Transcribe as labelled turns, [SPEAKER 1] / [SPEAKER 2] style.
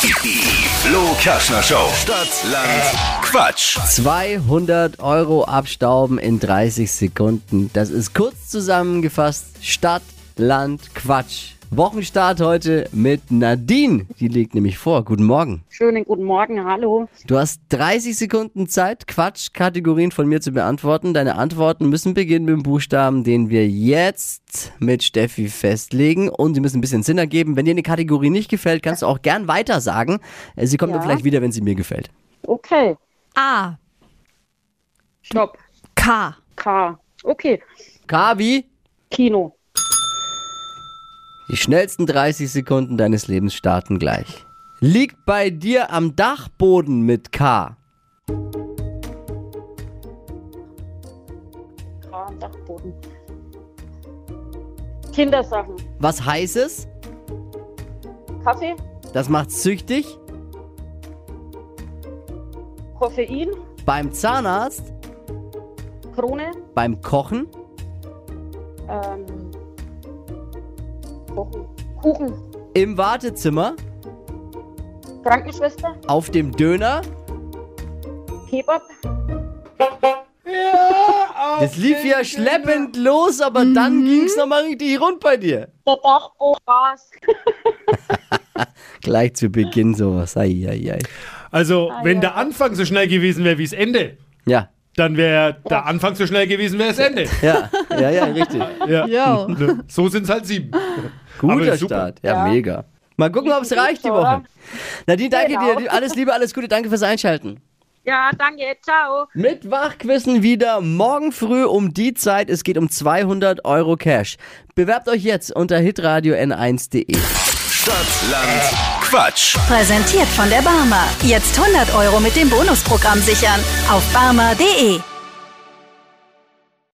[SPEAKER 1] Die Flo Kaschner Show. Stadt, Land, Quatsch.
[SPEAKER 2] 200 Euro abstauben in 30 Sekunden. Das ist kurz zusammengefasst Stadt, Land, Quatsch. Wochenstart heute mit Nadine. Die liegt nämlich vor. Guten Morgen.
[SPEAKER 3] Schönen guten Morgen, hallo.
[SPEAKER 2] Du hast 30 Sekunden Zeit, Quatschkategorien von mir zu beantworten. Deine Antworten müssen beginnen mit dem Buchstaben, den wir jetzt mit Steffi festlegen. Und sie müssen ein bisschen Sinn ergeben. Wenn dir eine Kategorie nicht gefällt, kannst du auch gern weiter sagen. Sie kommt dann
[SPEAKER 3] Ja.
[SPEAKER 2] vielleicht wieder, wenn sie mir gefällt.
[SPEAKER 3] Okay,
[SPEAKER 4] A.
[SPEAKER 3] stopp.
[SPEAKER 4] K.
[SPEAKER 3] K. Okay,
[SPEAKER 2] Kavi,
[SPEAKER 3] Kino.
[SPEAKER 2] Die schnellsten 30 Sekunden deines Lebens starten gleich. Liegt bei dir am Dachboden mit K.
[SPEAKER 3] K. am Dachboden. Kindersachen.
[SPEAKER 2] Was heißt es?
[SPEAKER 3] Kaffee,
[SPEAKER 2] Das macht süchtig.
[SPEAKER 3] Koffein,
[SPEAKER 2] Beim Zahnarzt,
[SPEAKER 3] Krone,
[SPEAKER 2] beim Kochen,
[SPEAKER 3] ähm, Kochen. Kuchen,
[SPEAKER 2] im Wartezimmer,
[SPEAKER 3] Krankenschwester,
[SPEAKER 2] auf dem Döner.
[SPEAKER 3] Kebab.
[SPEAKER 2] Das lief ja schleppend los, aber dann ging's nochmal richtig rund bei dir.
[SPEAKER 3] Der Dachboden. Gas.
[SPEAKER 2] Gleich zu Beginn sowas. Ai, ai, ai.
[SPEAKER 5] Also, wenn der Anfang so schnell gewesen wäre wie das Ende,
[SPEAKER 2] Ja,
[SPEAKER 5] dann wäre der Anfang so schnell gewesen wie das Ende.
[SPEAKER 2] ja, ja, ja, richtig.
[SPEAKER 5] Ja.
[SPEAKER 4] Yo.
[SPEAKER 5] Ne? So sind es halt sieben.
[SPEAKER 2] Guter
[SPEAKER 5] Aber super.
[SPEAKER 2] Start. Ja,
[SPEAKER 3] Ja.
[SPEAKER 2] mega. Mal gucken, ob es reicht die Woche.
[SPEAKER 3] oder?
[SPEAKER 2] Nadine, danke
[SPEAKER 3] Genau.
[SPEAKER 2] dir. Alles Liebe, alles Gute. Danke fürs Einschalten.
[SPEAKER 3] Ja, danke, ciao.
[SPEAKER 2] Mit Wachquissen wieder morgen früh um die Zeit. Es geht um 200 Euro Cash. Bewerbt euch jetzt unter hitradio n1.de.
[SPEAKER 1] Stadt, Land, Quatsch.
[SPEAKER 6] Präsentiert von der Barmer. Jetzt 100 Euro mit dem Bonusprogramm sichern. Auf barmer.de.